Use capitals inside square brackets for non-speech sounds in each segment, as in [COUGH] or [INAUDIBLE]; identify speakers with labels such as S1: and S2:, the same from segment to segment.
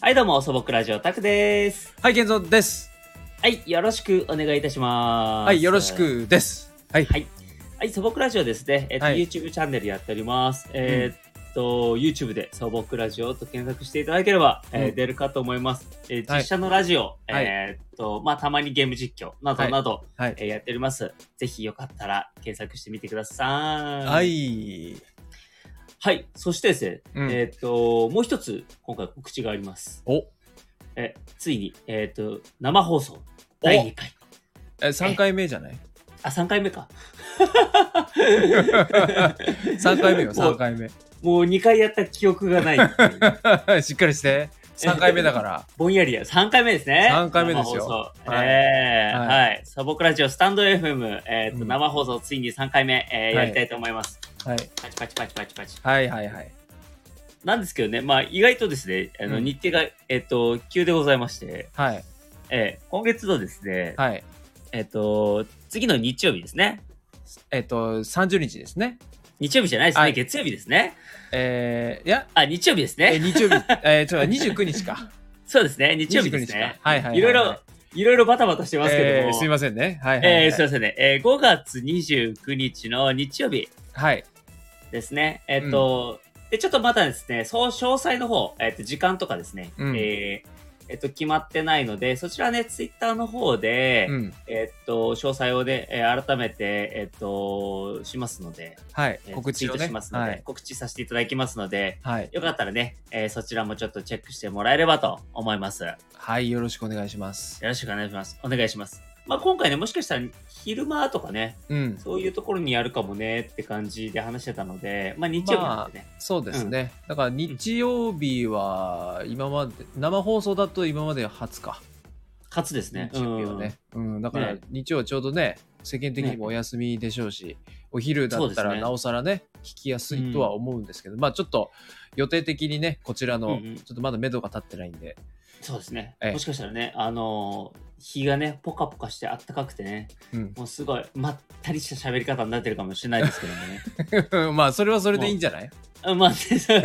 S1: はい、どうも、素朴ラジオタクです。
S2: はい、健三です。
S1: はい、よろしくお願いいたします。
S2: はい、よろし。くです。はい。
S1: はい。はい、素朴ラジオですね。えっと、
S2: はい
S1: YouTube チャンネルやっております。えーっと、YouTube で素朴ラジオと検索していただければ、えー
S2: うん
S1: 出るかと思います。えー
S2: はい
S1: 実写のラジオ、
S2: はい
S1: えーっと、まあ、たまにゲーム実況などなど、
S2: はい
S1: えーやっております。ぜひよかったら検索してみてください。
S2: は。い。
S1: はい、そしてですね、
S2: うん
S1: えーっと、もう一つ、今回告知があります。
S2: お、
S1: えついに、えーっと、生放送第2回。
S2: え、三回目じ
S1: [LAUGHS]
S2: ゃない。
S1: あ、3回目か。
S2: 三回目よ、
S1: も
S2: 三
S1: う
S2: 回目。 [LAUGHS]
S1: もう2回やった記憶がないっていう。
S2: しっかりして。三回目だから。
S1: ぼんやりや。3回目ですね。
S2: 三回目ですよ
S1: 生放送
S2: はい
S1: えー
S2: はい
S1: はい。サボクラジオスタンド FM、えーと
S2: うん
S1: 生放送ついに3回目、えー
S2: は
S1: や
S2: い
S1: りたいと思います。
S2: はい。
S1: パチパチパチパチパチ。
S2: はいはいはい。
S1: なんですけどね、まあ意外とですね、あの
S2: うん
S1: 日程が、えっと、急でございまして、
S2: はい。
S1: えー今月のですね、
S2: はい。
S1: えっと、次の日曜日ですね。
S2: えっと、三十日ですね。
S1: 日曜日じゃないですね、
S2: はい
S1: 月曜日ですね。
S2: えー、いや、
S1: あ、日曜日です
S2: え、
S1: ね。
S2: 日曜日、えー、ちょ、二十九日か。
S1: そうですね、 [LAUGHS] 日曜日
S2: 29
S1: ですね
S2: か。はいはいはい。
S1: いろいろ、いろいろバタバタしてますけど
S2: え
S1: も。
S2: ーすいませんね。はいはいはい。
S1: えー、すいませんね、えー、5月29日の日曜日
S2: はい。
S1: ですね、えっ、と、で、ちょっとまたですね、そう詳細の方、えっ、と、時間とかですね、
S2: うん
S1: えーえっと、決まってないので、そちらね、ツイッターの方で、
S2: うん。
S1: えっと、詳細をね、えー改めて、えっと、しますので、
S2: はい
S1: え。ー
S2: 告知
S1: ツイー
S2: を
S1: ト
S2: ね
S1: します。ので、
S2: はい。
S1: 告知させていただきますので、
S2: はい。
S1: よかったらね、えーそちらもちょっとチェックしてもらえればと思います。
S2: はい、よろしくお願いします。
S1: よろしくお願いします。お願いします。まあ、今回ね、もしかしたら昼間とかね、
S2: うん。
S1: そういうところにやるかもねって感じで話してたので、まあ、日曜日なんでね。
S2: そうですね、だから日曜日は今まで生放送だと今まで初か、
S1: 勝つですね。
S2: 日曜日はね、うんだから
S1: ね
S2: 日曜はちょうどね世間的にもお休みでしょうし、お昼だ
S1: そう
S2: っ
S1: で
S2: た
S1: す
S2: ら
S1: ね
S2: なおさらね聞きやすいとは思うんですけど、まあちょっと予定的にねこちらの
S1: うんうん
S2: ちょっとまだ目処が立ってないんで、
S1: そうですね。
S2: ええ
S1: もしかしたらね、あのー日がね、ポカポカしてあったかくてね、
S2: うん
S1: もうすごい、まったりした喋り方になってるかもしれないですけどもね
S2: [LAUGHS] まあそれはそれでいいんじゃない
S1: うん。まあね、そう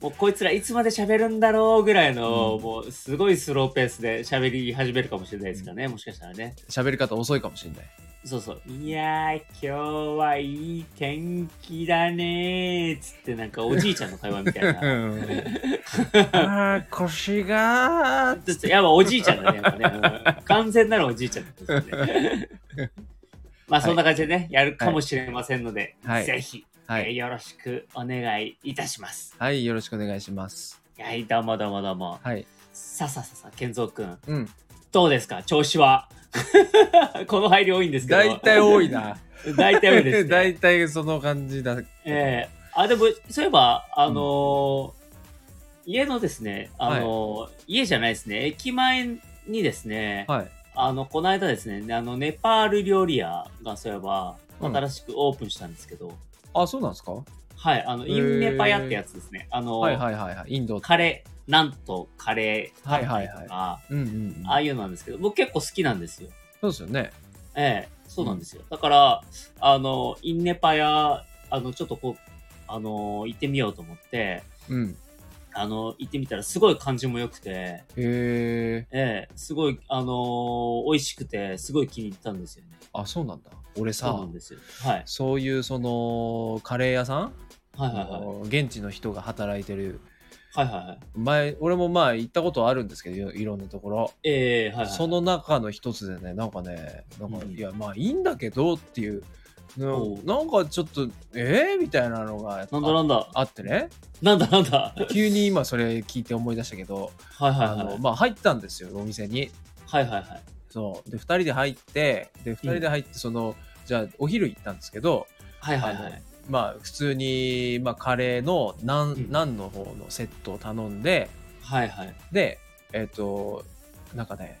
S1: [LAUGHS] もうこいつらいつまで喋るんだろうぐらいの、
S2: うん
S1: もうすごいスローペースで喋り始めるかもしれないですからね、もしかしたらね。
S2: [LAUGHS] 喋り方遅いかもしれない
S1: そうそう。いやー、今日はいい天気だねーっつって、なんかおじいちゃんの会話みたいな。
S2: [LAUGHS] あー腰がー
S1: ちょっとやっぱおじいちゃんだね、やっぱ
S2: [LAUGHS]
S1: ね。うん完全なるおじいちゃんだね。まあそんな感じでね、やるかもしれませんので、
S2: はい
S1: ぜひ、
S2: は
S1: えー
S2: い、
S1: よろしくお願いいたします。
S2: はい、よろしくお願いします
S1: はい、どうもどうもどうも。
S2: はい
S1: さあさあさあさあ、健三くん、
S2: うん
S1: どうですか調子は。 [LAUGHS] この配慮多いんですけど。
S2: 大体多い [LAUGHS] な。
S1: [LAUGHS] 大体多いです、ね。
S2: [LAUGHS] 大体その感じだ。
S1: ええあ、でも、そういえば、あのー家のですね、あのー家じゃないですね、駅前にですね、
S2: はい。
S1: あの、この間ですね、あの、ネパール料理屋が、そういえば、
S2: うん
S1: 新しくオープンしたんですけど、
S2: あ、そうなんですかは
S1: はい、あの、
S2: へー
S1: インネパ屋ってやつですね、あのー
S2: いはいはいはい。インド。
S1: カレー、なんとカレー、
S2: はいはいはい
S1: とか、
S2: うんうんうん。
S1: ああいうのなんですけど、僕結構好きなんですよ。
S2: そうですよね。
S1: ええそうなんですよ。だから、あの、インネパ屋、あの、ちょっとこう、あのー行ってみようと思って、
S2: うん。
S1: あの、行ってみたらすごい感じも良くて、
S2: へえ。
S1: ええすごい、あのー美味しくて、すごい気に入ったんですよね。
S2: あ、そうなんだ。俺
S1: そう
S2: さ
S1: なん、ですよ。はい。
S2: そういうそのカレー屋さん、
S1: はいはいはい。
S2: 現地の人が働いてる。
S1: はいはいはい。
S2: 前、俺もまあ行ったことあるんですけど、いろんなところ。
S1: ええはいはい。
S2: その中の一つでね、なんかね、なんか、
S1: うん
S2: いや、まあいいんだけどっていう、な
S1: おう
S2: なんかちょっと、えー、みたいなのが
S1: なんだなんだ、
S2: あってね。
S1: なんだなんだ。
S2: [LAUGHS] 急に今それ聞いて思い出したけど、
S1: はいはい
S2: あ
S1: はい。
S2: のまあ入ったんですよお店に
S1: はいはいはい。
S2: そうで2人で入ってで2人で入ってその、じゃあお昼行ったんですけど
S1: はいはいはい。
S2: まあ普通に、まあ、カレーのナン,、
S1: うん
S2: ナンの方のセットを頼んで
S1: はいはい。
S2: でえっ、となんかね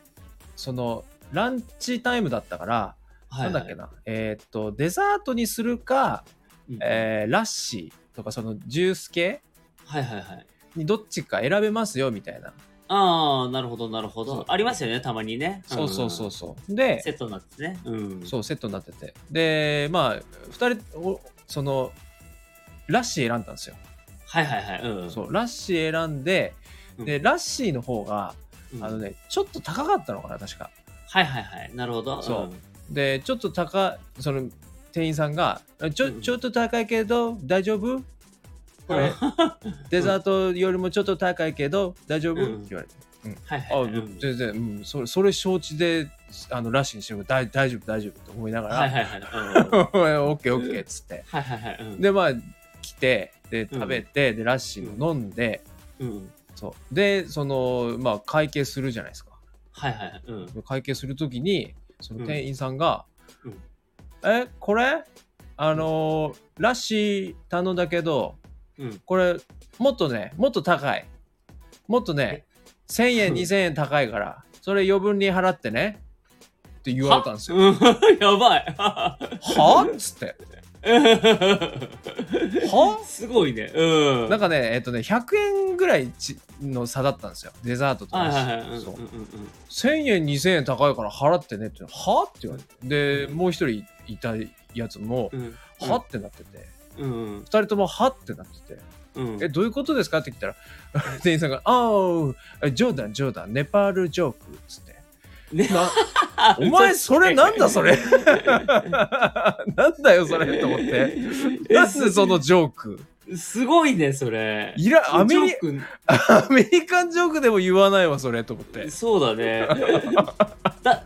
S2: そのランチタイムだったから、
S1: はいはい。
S2: なんだっけなえっ、とデザートにするか、
S1: うん
S2: えーラッシーとかそのジュース系
S1: はいはいはい。
S2: にどっちか選べますよみたいな、
S1: ああ、なるほどなるほ
S2: そ
S1: ど
S2: う。
S1: ありますよね、たまにね。
S2: そうそうそ
S1: ん
S2: うそうで
S1: セットになってね。うん。
S2: そうセットになっててでまあ2人おそのラッシー選んだんですよ、
S1: はいはいはい。うん。
S2: そうラッシー選んで
S1: うん
S2: で、ラッシーの方が、
S1: うん
S2: あのね、ちょっと高かったのかな、確か。
S1: はいはいはい。なるほど。
S2: そうで、ちょっと高、その、店員さんが、ち
S1: う
S2: ょ、
S1: ん
S2: ちょっと高いけど、大丈夫これ、デザートよりもちょっと高いけど、大丈夫
S1: うん
S2: って言われて。
S1: はいはい
S2: あ、
S1: はい。うん
S2: 全然、うん、それ、それ承知で、あの、ラッシーにしても大大丈夫、大丈夫と思いながら、 [LAUGHS]
S1: はいはいはい。うん
S2: オッケーオッケーっつって。
S1: はいはいはい。うん
S2: で、まあ、来て、で、食べて、で、ラッシーも飲んで、
S1: うん
S2: そう。で、その、まあ、会計するじゃないですか。
S1: はいはいはい。うん
S2: 会計するときに、その
S1: うん
S2: 店員さんが、
S1: うん
S2: え、これあのーラッシー頼んだけど、
S1: うん
S2: これ、もっとね、もっと高い。もっとね、1000円、
S1: うん
S2: 2000円高いから、それ余分に払ってね。って言われたんですよ。
S1: うん [LAUGHS] やばい。
S2: はっつって。は
S1: すごいね。うん。
S2: なんかね、えっとね、100円ぐらいちの差だったんですよ。デザートと
S1: は
S2: ラ
S1: い
S2: ッシ
S1: はいは
S2: ー
S1: い。うん
S2: そう
S1: うんうんうん
S2: 1000円2000円高いから払ってねってはって言われてでもう一人いたやつも
S1: うん
S2: はってなってて、
S1: うん
S2: 二人ともはってなってて
S1: うん
S2: えどういうことですかって聞いたら [LAUGHS] 店員さんが「ああジョーダンジョーダンネパールジョーク」っつって。
S1: ね
S2: な
S1: [LAUGHS]
S2: お前それなんだそれ [LAUGHS] なんだよそれと思ってなんでそのジョーク
S1: すごいねそれ
S2: いらアメリ
S1: ジョー
S2: アメリカンジョークでも言わないわそれと思って
S1: クそうだねだ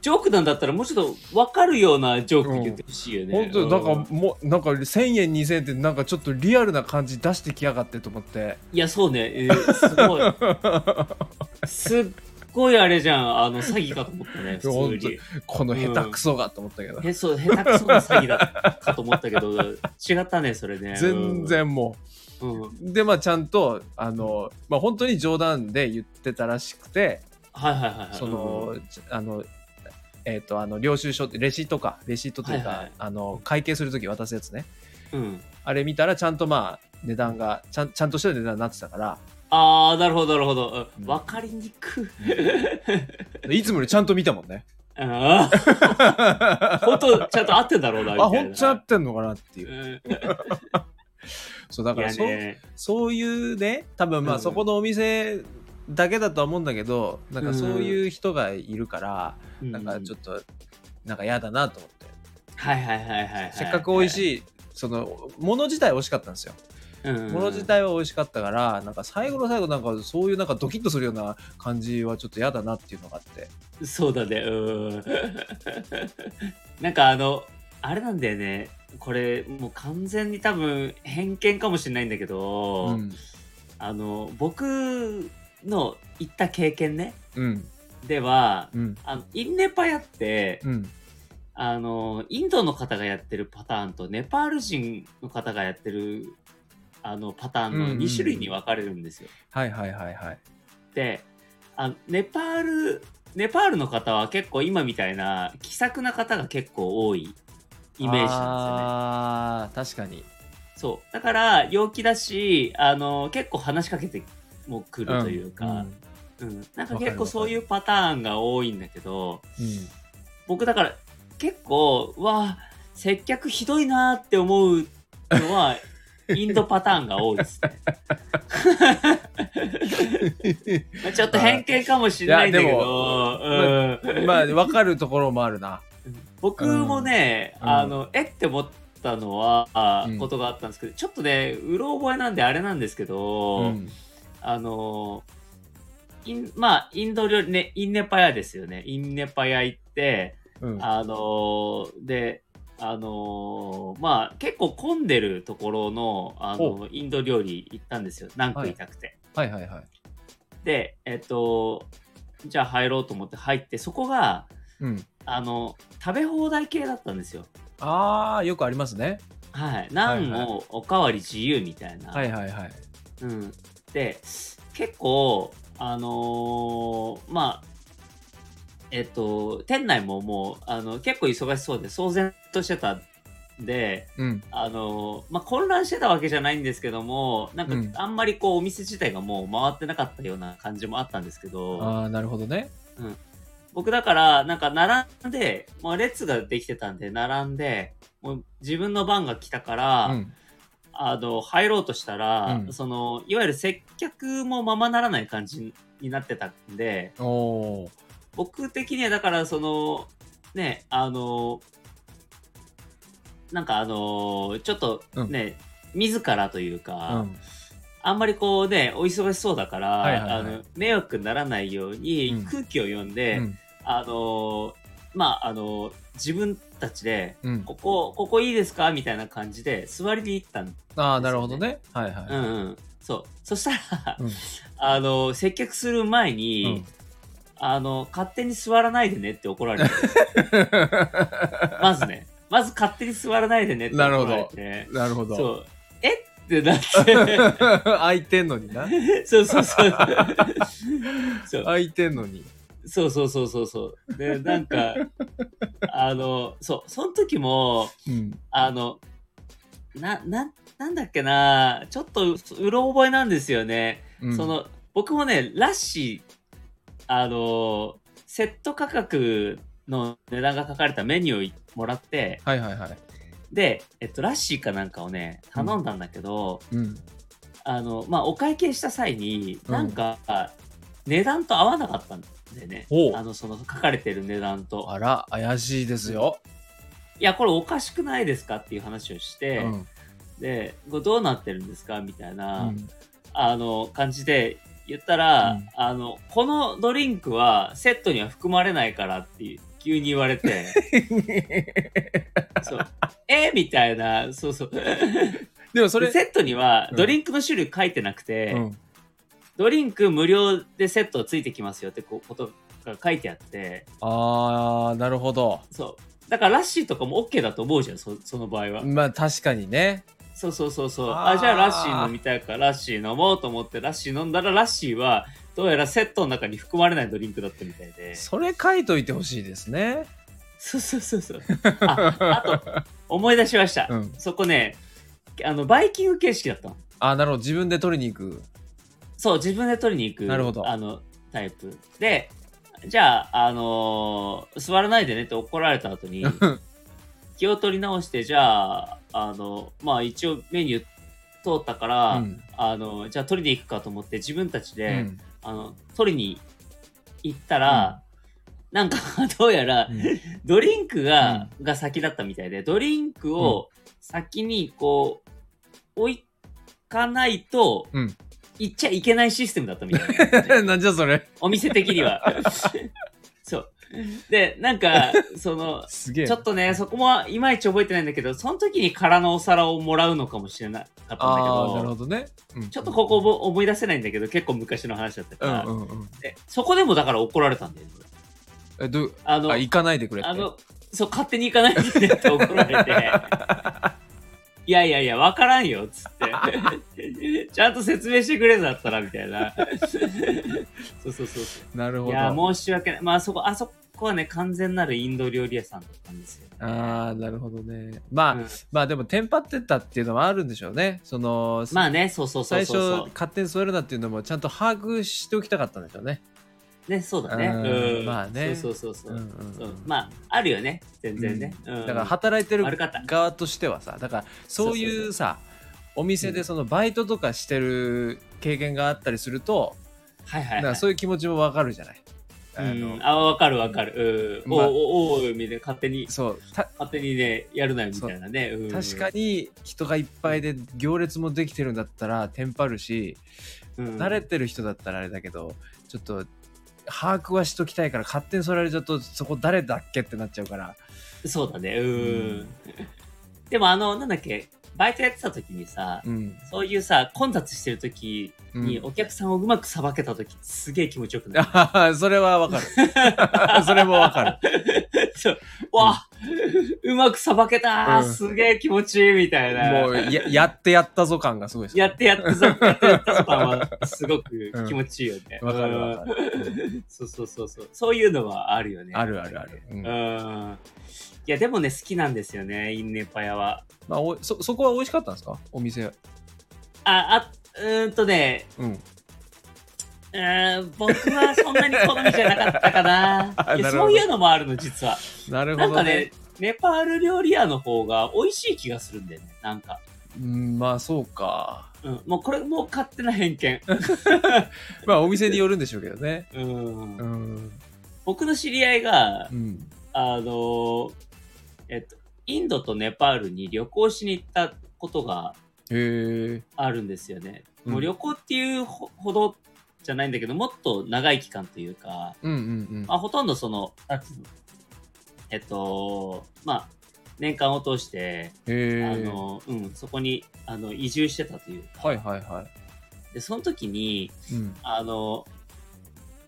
S1: ジョークなんだったらもうちょっと分かるようなジョーク言ってほしいよね、
S2: 本当になんか
S1: うん
S2: もうなんか1000円2000円ってなんかちょっとリアルな感じ出してきやがってと思って
S1: いやそうね、えーすごいすっごいあれじゃんあの詐欺かと思ったね普
S2: 本
S1: 通に
S2: この下手くそがと思ったけど、
S1: へそう下手くそな詐欺だかと思ったけど違ったねそれね
S2: 全、然も
S1: うんうん
S2: うでまあちゃんとあの、まあ本当に冗談で言ってたらしくて
S1: はいはいはいはい
S2: その、あのえっ、とあの領収書ってレシートかレシートというか、
S1: はいはい
S2: あの会計するとき渡すやつね
S1: うん、
S2: あれ見たらちゃんとまあ値段がちゃんちゃんとした値段になってたから
S1: ああなるほどなるほど、
S2: う
S1: うんん、分かりにくい
S2: いつもよりちゃんと見たもんね
S1: [LAUGHS] あー
S2: あ
S1: [LAUGHS] 本当ちゃんと合ってんだろうなみたいな
S2: 本当やってんのかなっていう
S1: うん
S2: そうだ
S1: い
S2: から
S1: や
S2: そう
S1: ね
S2: そういうね多分まあ
S1: うん
S2: そこのお店だけだとは思うんだけど、なんかそういう人がいるから、なんかちょ
S1: っ
S2: っとなんか嫌だなと思って、
S1: とはいはいはいはいはい
S2: せっかく美味しい、そのもの自体美味しかったんですよ、
S1: い、うん
S2: もの自体は美味しかったからなんか最後の最後なんかそういうなんかドキッとするような感じはちょっと嫌だなっていうのがあって
S1: そうだねうん [LAUGHS] なんかあのあれなんだよねこれもう完全に多分偏見かもしれないんだけど、
S2: うん
S1: あの僕の行った経験ね
S2: うん
S1: では
S2: うん
S1: あのインネパやって、
S2: うん
S1: あのインドの方がやってるパターンとネパール人の方がやってるあのパターン
S2: うんうんう
S1: の
S2: ん
S1: 2種類に分かれるんですよ。
S2: はいはいはいはい
S1: であネパールネパールの方は結構今みたいな気さくな方が結構多いイメージなんですよね。
S2: あー確かに
S1: そうだから陽気だしあの結構話しかけてもくるというか、
S2: うん
S1: うんなんか結構そういうパターンが多いんだけど
S2: うん
S1: 僕だから結構うわあ接客ひどいなーって思うの
S2: [LAUGHS]
S1: はインドパターンが多いですね。まあちょっと偏見かもしれないんだけ
S2: いや
S1: ど、うん
S2: まあ分かるところもあるな
S1: 僕もね、
S2: うん
S1: あのえって思ったのは、
S2: うん
S1: ことがあったんですけどちょっとねうろ覚えなんであれなんですけど、
S2: うん
S1: あのインまあインド料理ねインネパ屋ですよねインネパ屋行って、
S2: うん
S1: あのーで、あのーまあ結構混んでるところの、あのインド料理行ったんですよ。何食いたくて。
S2: はいはいはい。
S1: で、えっと、じゃあ入ろうと思って入って、そこが、
S2: うん。
S1: あの、食べ放題系だったんですよ。
S2: ああ、よくありますね。
S1: はい。ナン
S2: はい
S1: をおかわり自由みたいな。
S2: はいはいはい。
S1: うん。で、結構、あのーまあ、えっと、店内ももう、あの、結構忙しそうで、騒然としてたんで、
S2: うん。
S1: あのまあ、混乱してたわけじゃないんですけどもな
S2: うんん
S1: かあんまりこうお店自体がもう回ってなかったような感じもあったんですけど、
S2: ああ、なるほどね。
S1: 僕だからなんか並んで、まあ、列ができてたんで並んでもう自分の番が来たから、
S2: うん。
S1: あの入ろうとしたら、
S2: うん
S1: そのいわゆる接客もままならない感じになってたんで
S2: おー
S1: 僕的にはだからそのねあのなんかあのちょっと
S2: うん
S1: ね、自らというか、
S2: うん
S1: あんまりこうねお忙しそうだから、
S2: はいはいはい
S1: あの迷惑にならないよう
S2: うん
S1: に空気を読んで、
S2: うん
S1: あのまああの自分たちで
S2: うん
S1: ここ、ここいいですかみたいな感じで座りに行ったん
S2: ああなるほどねはいはい、
S1: うんうん。そう。そしたら、
S2: うん
S1: あの、接客する前
S2: う
S1: に
S2: ん、
S1: あの、勝手に座らないでねって怒られ
S2: [LAUGHS]
S1: て、まずね。まず勝手に座らないでねって怒
S2: なるほど
S1: られて。
S2: [LAUGHS] なるほど
S1: そう。えってなって。
S2: [LAUGHS] 空いてんのにな
S1: そうそうそう。そう
S2: 空いてんのに
S1: そうそうそうそうそう。で、なんか、
S2: [LAUGHS]
S1: あの、そう、その時も、
S2: うん
S1: あの、な、な、なんだっけな、ちょっとうろ覚えなんですよね。
S2: うん
S1: その僕もねラッシーあのーセット価格の値段が書かれたメニューをもらって
S2: はいはいはい
S1: で、えっと、ラッシーかなんかをね頼んだんだけど、
S2: うん
S1: あのまあ、お会計した際に
S2: うん
S1: なんか、値段と合わなかったんだよね
S2: ほう
S1: あのその書かれてる値段と
S2: あら怪しいですよ、
S1: いやこれおかしくないですかっていう話をして、
S2: うん
S1: でこれどうなってるんですかみたいうな、
S2: ん
S1: あの感じで言ったら、
S2: うん
S1: あのこのドリンクはセットには含まれないからって急に言われて
S2: [LAUGHS]
S1: そうえみたいなそうそう
S2: [LAUGHS] でもそ
S1: そ
S2: れ
S1: れセットには
S2: うん
S1: ドリンクの種類書いてなくて、
S2: うん
S1: ドリンク無料でセットついてきますよってこことが書いてあって
S2: ああなるほど
S1: そうだからラッシーとかも OK だと思うじゃんそその場合は、
S2: まあ確かにね
S1: そうそうそうそう
S2: あ
S1: あ
S2: ー
S1: じゃあラッシー飲みたいからラッシー飲もうと思ってラッシー飲んだらラッシーはどうやらセットの中に含まれないドリンクだったみたい
S2: [LAUGHS]
S1: で
S2: それ書いといてほしいですね
S1: そうそうそうそう。ああと、思い出しました。
S2: うん
S1: そこね、あの、バイキング形式だったの。
S2: ああなるほど自分で取りに行く
S1: そう、自分で取りに行く。
S2: なるほど
S1: あの、タイプ。で、じゃあ、あのー座らないでねって怒られた
S2: [LAUGHS]
S1: 後に、気を取り直して、じゃあ、あの、まあ一応メニュー通ったから、
S2: うん
S1: あの、じゃあ取りに行くかと思って自分たち
S2: う
S1: で、
S2: ん
S1: あの、取りに行ったら、なんか、 [LAUGHS] どうやら、
S2: うん
S1: ドリンクが,、が先だったみたいで、ドリンクを先にこう、置かないと、
S2: うん
S1: 行っちゃいけないシステムだったみたいな。 [LAUGHS]
S2: [LAUGHS] なんじゃそれ
S1: お店的に
S2: [LAUGHS]
S1: は。そう。で、なんか、その、
S2: すげえ
S1: ちょっとね、そこもいまいち覚えてないんだけど、その時に空のお皿をもらうのかもしれなかったんだけ
S2: ああなる
S1: ど、
S2: ほどね、うん
S1: ちょっとここ覚思い出せないんだけど、結構昔の話だったか
S2: うん
S1: ら、
S2: うんうん
S1: でそこでもだから怒られたんだよね。
S2: えどう
S1: あの
S2: あ、行かないでくれって
S1: あの、そう、勝手に行かないでねって怒ら
S2: [LAUGHS]
S1: れて、いやいやいや、わからんよ、っつって。ちゃんと説明してくれんだったら、みたいな。そうそうそうそ
S2: なる
S1: う。
S2: ほ
S1: い
S2: ど
S1: や、申し訳ない。まあ、そこ、あそこはね、完全なるインド料理屋さんだったんですよ。
S2: ああなるほどねまあ、
S1: うん
S2: まあでもテンパってたっていうのはあるんでしょうねその、
S1: まあね、そうそうそう
S2: 最
S1: そうそ
S2: 初勝手に座るなっていうのもちゃんと把握しておきたかったんでしょうね
S1: う。ね、そうだね。
S2: うん
S1: うん。
S2: まあね
S1: そうそうそうそう。
S2: うんうん
S1: そうまあ、あるよね、全然ね。うん
S2: だから働いてる
S1: 悪かった
S2: 側としてはさだからそういうさお店でそのバイトとかしてる経験があったりすると、
S1: はいは、
S2: ないん
S1: は
S2: か
S1: い。
S2: そういう気持ちもわかるじゃない。あの
S1: うん、あ、わかるわかる。うん。
S2: まあ
S1: おおおおみたいな、勝手に
S2: そうた
S1: 勝手にねやるなよみたいなね、うん
S2: 確かに人がいっぱいで行列もできてるんだったらテンパるし、
S1: うん
S2: 慣れてる人だったらあれだけどちょっと把握はしときたいから勝手にそられちゃうとそこ誰だっけってなっちゃうから
S1: そうだねうん、
S2: うん
S1: でもあのなんだっけバイトやってた時にさ、
S2: うん、
S1: そういうさ混雑してる時
S2: う
S1: に
S2: ん、
S1: お客さんをうまくさばけた時すげえ気持ちよくなる、
S2: あはは [LAUGHS] それはわかるそれもわかる
S1: [LAUGHS] そうわ、うまくさばけたー、
S2: うん
S1: すげえ気持ちいいみ [LAUGHS] たいな
S2: もうややってやったぞ感がすごいです
S1: やってやってぞやってやったぞ感はすごく気持ちいいよね、
S2: わかるわかる、うん
S1: うんそうそうそうそうそういうのはあるよね
S2: あるあるある、うん
S1: うんいやでもね好きなんですよねインネパヤは
S2: まあ、おいそそこは美味しかったんですかお店
S1: あ、あ、うーんとね、
S2: うん
S1: うーん僕はそんなに好みじゃなかったか
S2: [LAUGHS] あ
S1: な。いや
S2: なるほど
S1: そういうのもあるの、実は。
S2: なる
S1: な
S2: ほ
S1: ん
S2: ど
S1: かね、ネパール料理屋の方が美味しい気がするんだよね、なんか。
S2: うん、まあそうか。
S1: うん、もうこれもう勝手な偏見、
S2: まあお店によるんでしょうけどね。
S1: うん
S2: うん。
S1: 僕の知り合いが
S2: うん。
S1: あのーえっとインドとネパールに旅行しに行ったことが
S2: へえ。
S1: あるんですよね、
S2: うん
S1: もう旅行っていうほほどじゃないんだけどもっと長い期間というか、
S2: うんうん
S1: まあ、ほとんどそのなんていうのえっとまあ年間を通して、
S2: うん。へえ。
S1: あのうん、そこにあの移住してたというか、
S2: はいはいは
S1: でその時に
S2: い。うん。
S1: あの、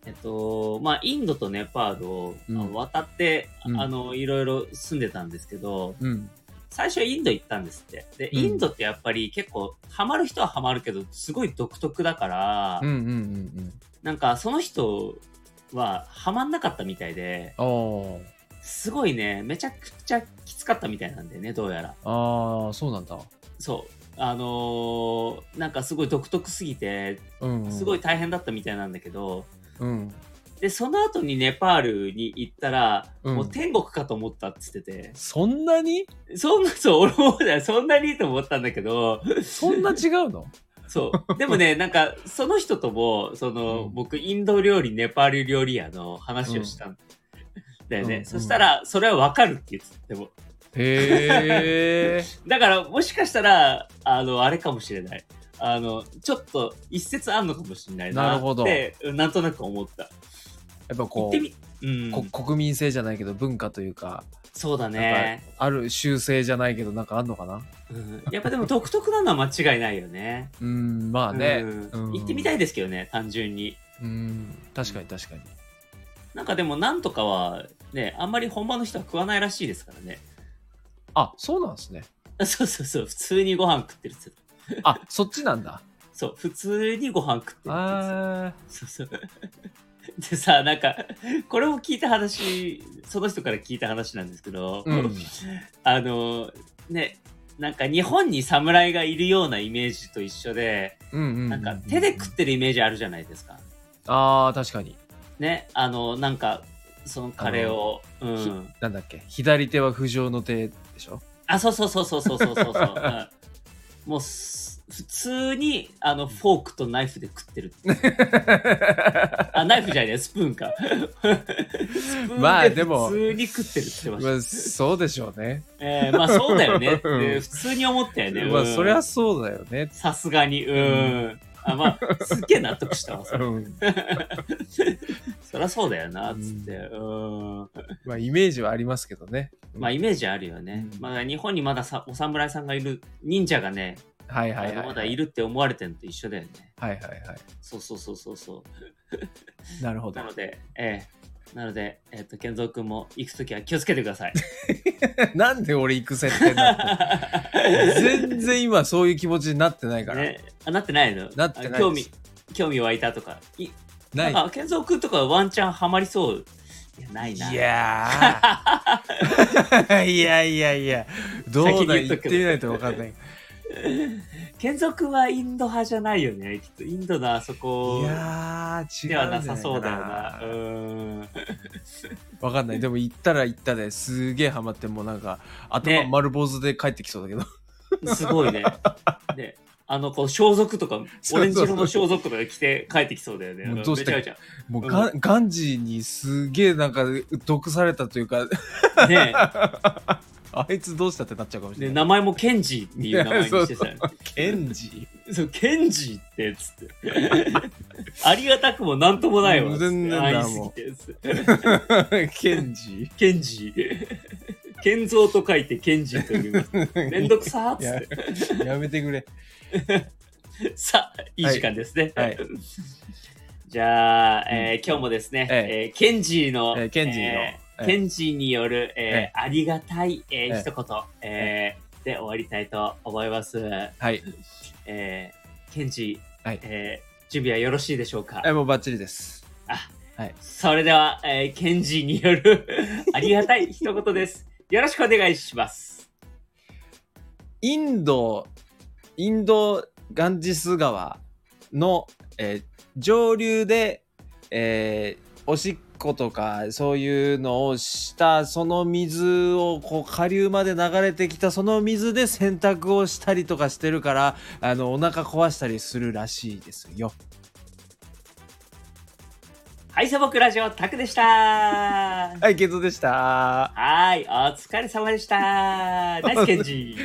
S1: えっと、まあ、インドとネパールを
S2: うん
S1: あの渡って、
S2: うん
S1: あの、いろいろ住んでたんですけど、
S2: うん。
S1: 最初インド行ったんですって。で、
S2: うん
S1: インドってやっぱり結構、ハマる人はハマるけど、すごい独特だから、
S2: うんうんうんうん。
S1: なんかその人はハマんなかったみたいで、
S2: あ
S1: すごいね、めちゃくちゃきつかったみたいなんだよね、どうやら。
S2: あ。ああ、そうなんだ。
S1: そう。あのーなんかすごい独特すぎて、
S2: うん、うん。
S1: すごい。大変だったみたいなんだけど、
S2: うん。
S1: で、その後にネパールに行ったら、
S2: うん
S1: もう天国かと思ったっつってて、
S2: そんなに
S1: そんな、そう、俺もねそんなにと思ったんだけど、
S2: そんな違う [LAUGHS] の
S1: そう。でもね、なんか、その人とも、その、
S2: うん
S1: 僕、インド料理、ネパール料理屋の話をしたんだよね。
S2: うん
S1: そしたら、それはわかるって言ってても。
S2: へえ。
S1: だから、もしかしたら、あの、あれかもしれない。あの、ちょっと、一説あんのかもしれないな。
S2: なるほど
S1: って、なんとなく思った。
S2: やっ
S1: 行
S2: ぱ
S1: っ
S2: こ
S1: てみ、うん
S2: う、。こ国民性じゃないけど文化というか、
S1: そうだ
S2: なん
S1: ね
S2: か。ある習性じゃないけどなんかあんのかな
S1: うんやっぱでも独特なのは間違いないよね。
S2: うん、まあね。
S1: うん
S2: うん
S1: 行ってみたいですけどね、単純に。
S2: うん、確かに確かに。
S1: なんかでも、なんとかは、ね、あんまり本場の人は食わないらしいですからね。
S2: あ、そうなんですね。
S1: あそうそうそう、普通にご飯食ってるっつって
S2: あ、そっちな
S1: [LAUGHS]
S2: んだ。
S1: そう、普通にご飯食ってるっつって
S2: あ
S1: そうそう。 [LAUGHS] でさ、なんか、これも聞いた話、その人から聞いた話なんですけど、
S2: ーうん。
S1: あの、ね、なんか日本に侍がいるようなイメージと一緒で、
S2: うんうんうん。
S1: なんか手で食ってるイメージあるじゃないですか。
S2: ああ、確かに。
S1: ね、あの、なんか、そのカレーを、う
S2: ひ
S1: ん。
S2: なんだっけ左手は不浄の手でしょ
S1: あ、そうそうそうそうそうそうそうそう、うんもうす、普通に、あの、フォークとナイフで食ってる。あ、ナイフじゃないね、スプーンか。スプーン
S2: [LAUGHS] まあでも
S1: 普通に食ってるって言ってま
S2: ま
S1: し
S2: あ、そうでしょうね。
S1: た。えーまあそうだよねって、
S2: [LAUGHS] うん
S1: 普通に思ったよね。
S2: まあ、
S1: うん
S2: そりゃそうだよね。
S1: さすがに、うん。
S2: ん
S1: あまあ、すっげえ納得したわ、それ
S2: うん
S1: そりゃそうだよな、つって。うん。
S2: まあ、イメージはありますけどね。
S1: まあ、イメージあるよね。
S2: うん
S1: まあ、日本にまださお侍さんがいる、忍者がね、
S2: はいは
S1: あ
S2: いは
S1: の
S2: い。
S1: まだい。るって思われてるのと一緒だよね。
S2: はいはいはい。
S1: そうそうそうそうそう。
S2: なるほ
S1: [LAUGHS]
S2: ど
S1: な。ので、ええなので、えっ、と、健三君も行くときは気をつけてください。
S2: [LAUGHS] なんで俺行く設定になってる [LAUGHS] 全然今そういう気持ちになってないから。
S1: ね、あなってないの
S2: なってないで
S1: あ
S2: す
S1: 興味、興味湧いたとか。い
S2: ない。
S1: なんか、健三君とかワンチャンハマりそう。いや、ないな。
S2: いや
S1: [LAUGHS]
S2: ーいやいやいやどう
S1: 先に
S2: だ
S1: 言っ
S2: 言
S1: と
S2: っ
S1: くけ
S2: て
S1: ど
S2: みないと分かんないい
S1: 健三君はインド派じゃないよね。きっと、インドのあそこ
S2: やー違う
S1: ではなさそうだよな。う
S2: 分
S1: ーん。
S2: かんないでも行ったら行ったですげえハマってもうなんか頭
S1: ね
S2: 丸坊主で帰ってきそうだけど、
S1: すご
S2: [LAUGHS]
S1: いね。ねあの、こう、装束とか、オ
S2: そうそうそう
S1: レンジ色の装束とか着て帰ってきそうだよね。
S2: もう
S1: うん
S2: どうした
S1: めちゃ
S2: もうガ,、ガンジーにすげえなんか毒されたというか [LAUGHS]
S1: めちゃ。ね
S2: あいつどうしたってなっちゃうかもし [LAUGHS]
S1: で
S2: れな
S1: 名
S2: い、
S1: 前もケンジっていう名前にしてたよね。
S2: ケンジ
S1: そう、ケンジって、つって。 [LAUGHS] ありがたくもなんともないわ。つって
S2: 全然だ
S1: 愛すぎて、つって
S2: ーケンジ
S1: ケンジ。ケンゾーと書いてケンジと
S2: [LAUGHS]
S1: いう。めんどくさーっ
S2: い
S1: つ
S2: や
S1: っ
S2: やめてくれ
S1: て。さあ、いい時間ですね。
S2: はいはい
S1: [LAUGHS] じゃあ、えー今日もですね、
S2: え
S1: えーケンジの、
S2: えーケンジの
S1: えー
S2: えー
S1: ケンジによる、え
S2: え
S1: ーありがたい、えー
S2: えー
S1: 一言、えーで終わりたいと思います。
S2: はい
S1: えー、ケンジ、
S2: はい
S1: えー準備はよろしいでしょうか
S2: えもうバッチリです
S1: それでは、えーケンジによる [LAUGHS] ありがたい一言です。よろしくお願いします。
S2: インド、インドガンジス川の、えー上流で、えーおしっ湖とかそういうのをしたその水をこう下流まで流れてきたその水で洗濯をしたりとかしてるからあのお腹壊したりするらしいですよ。
S1: はい、素朴ラジオ、タクでしたー。
S2: はい、ゲトでした。
S1: はーい、お疲れ様でしたー。ナイスケンジ。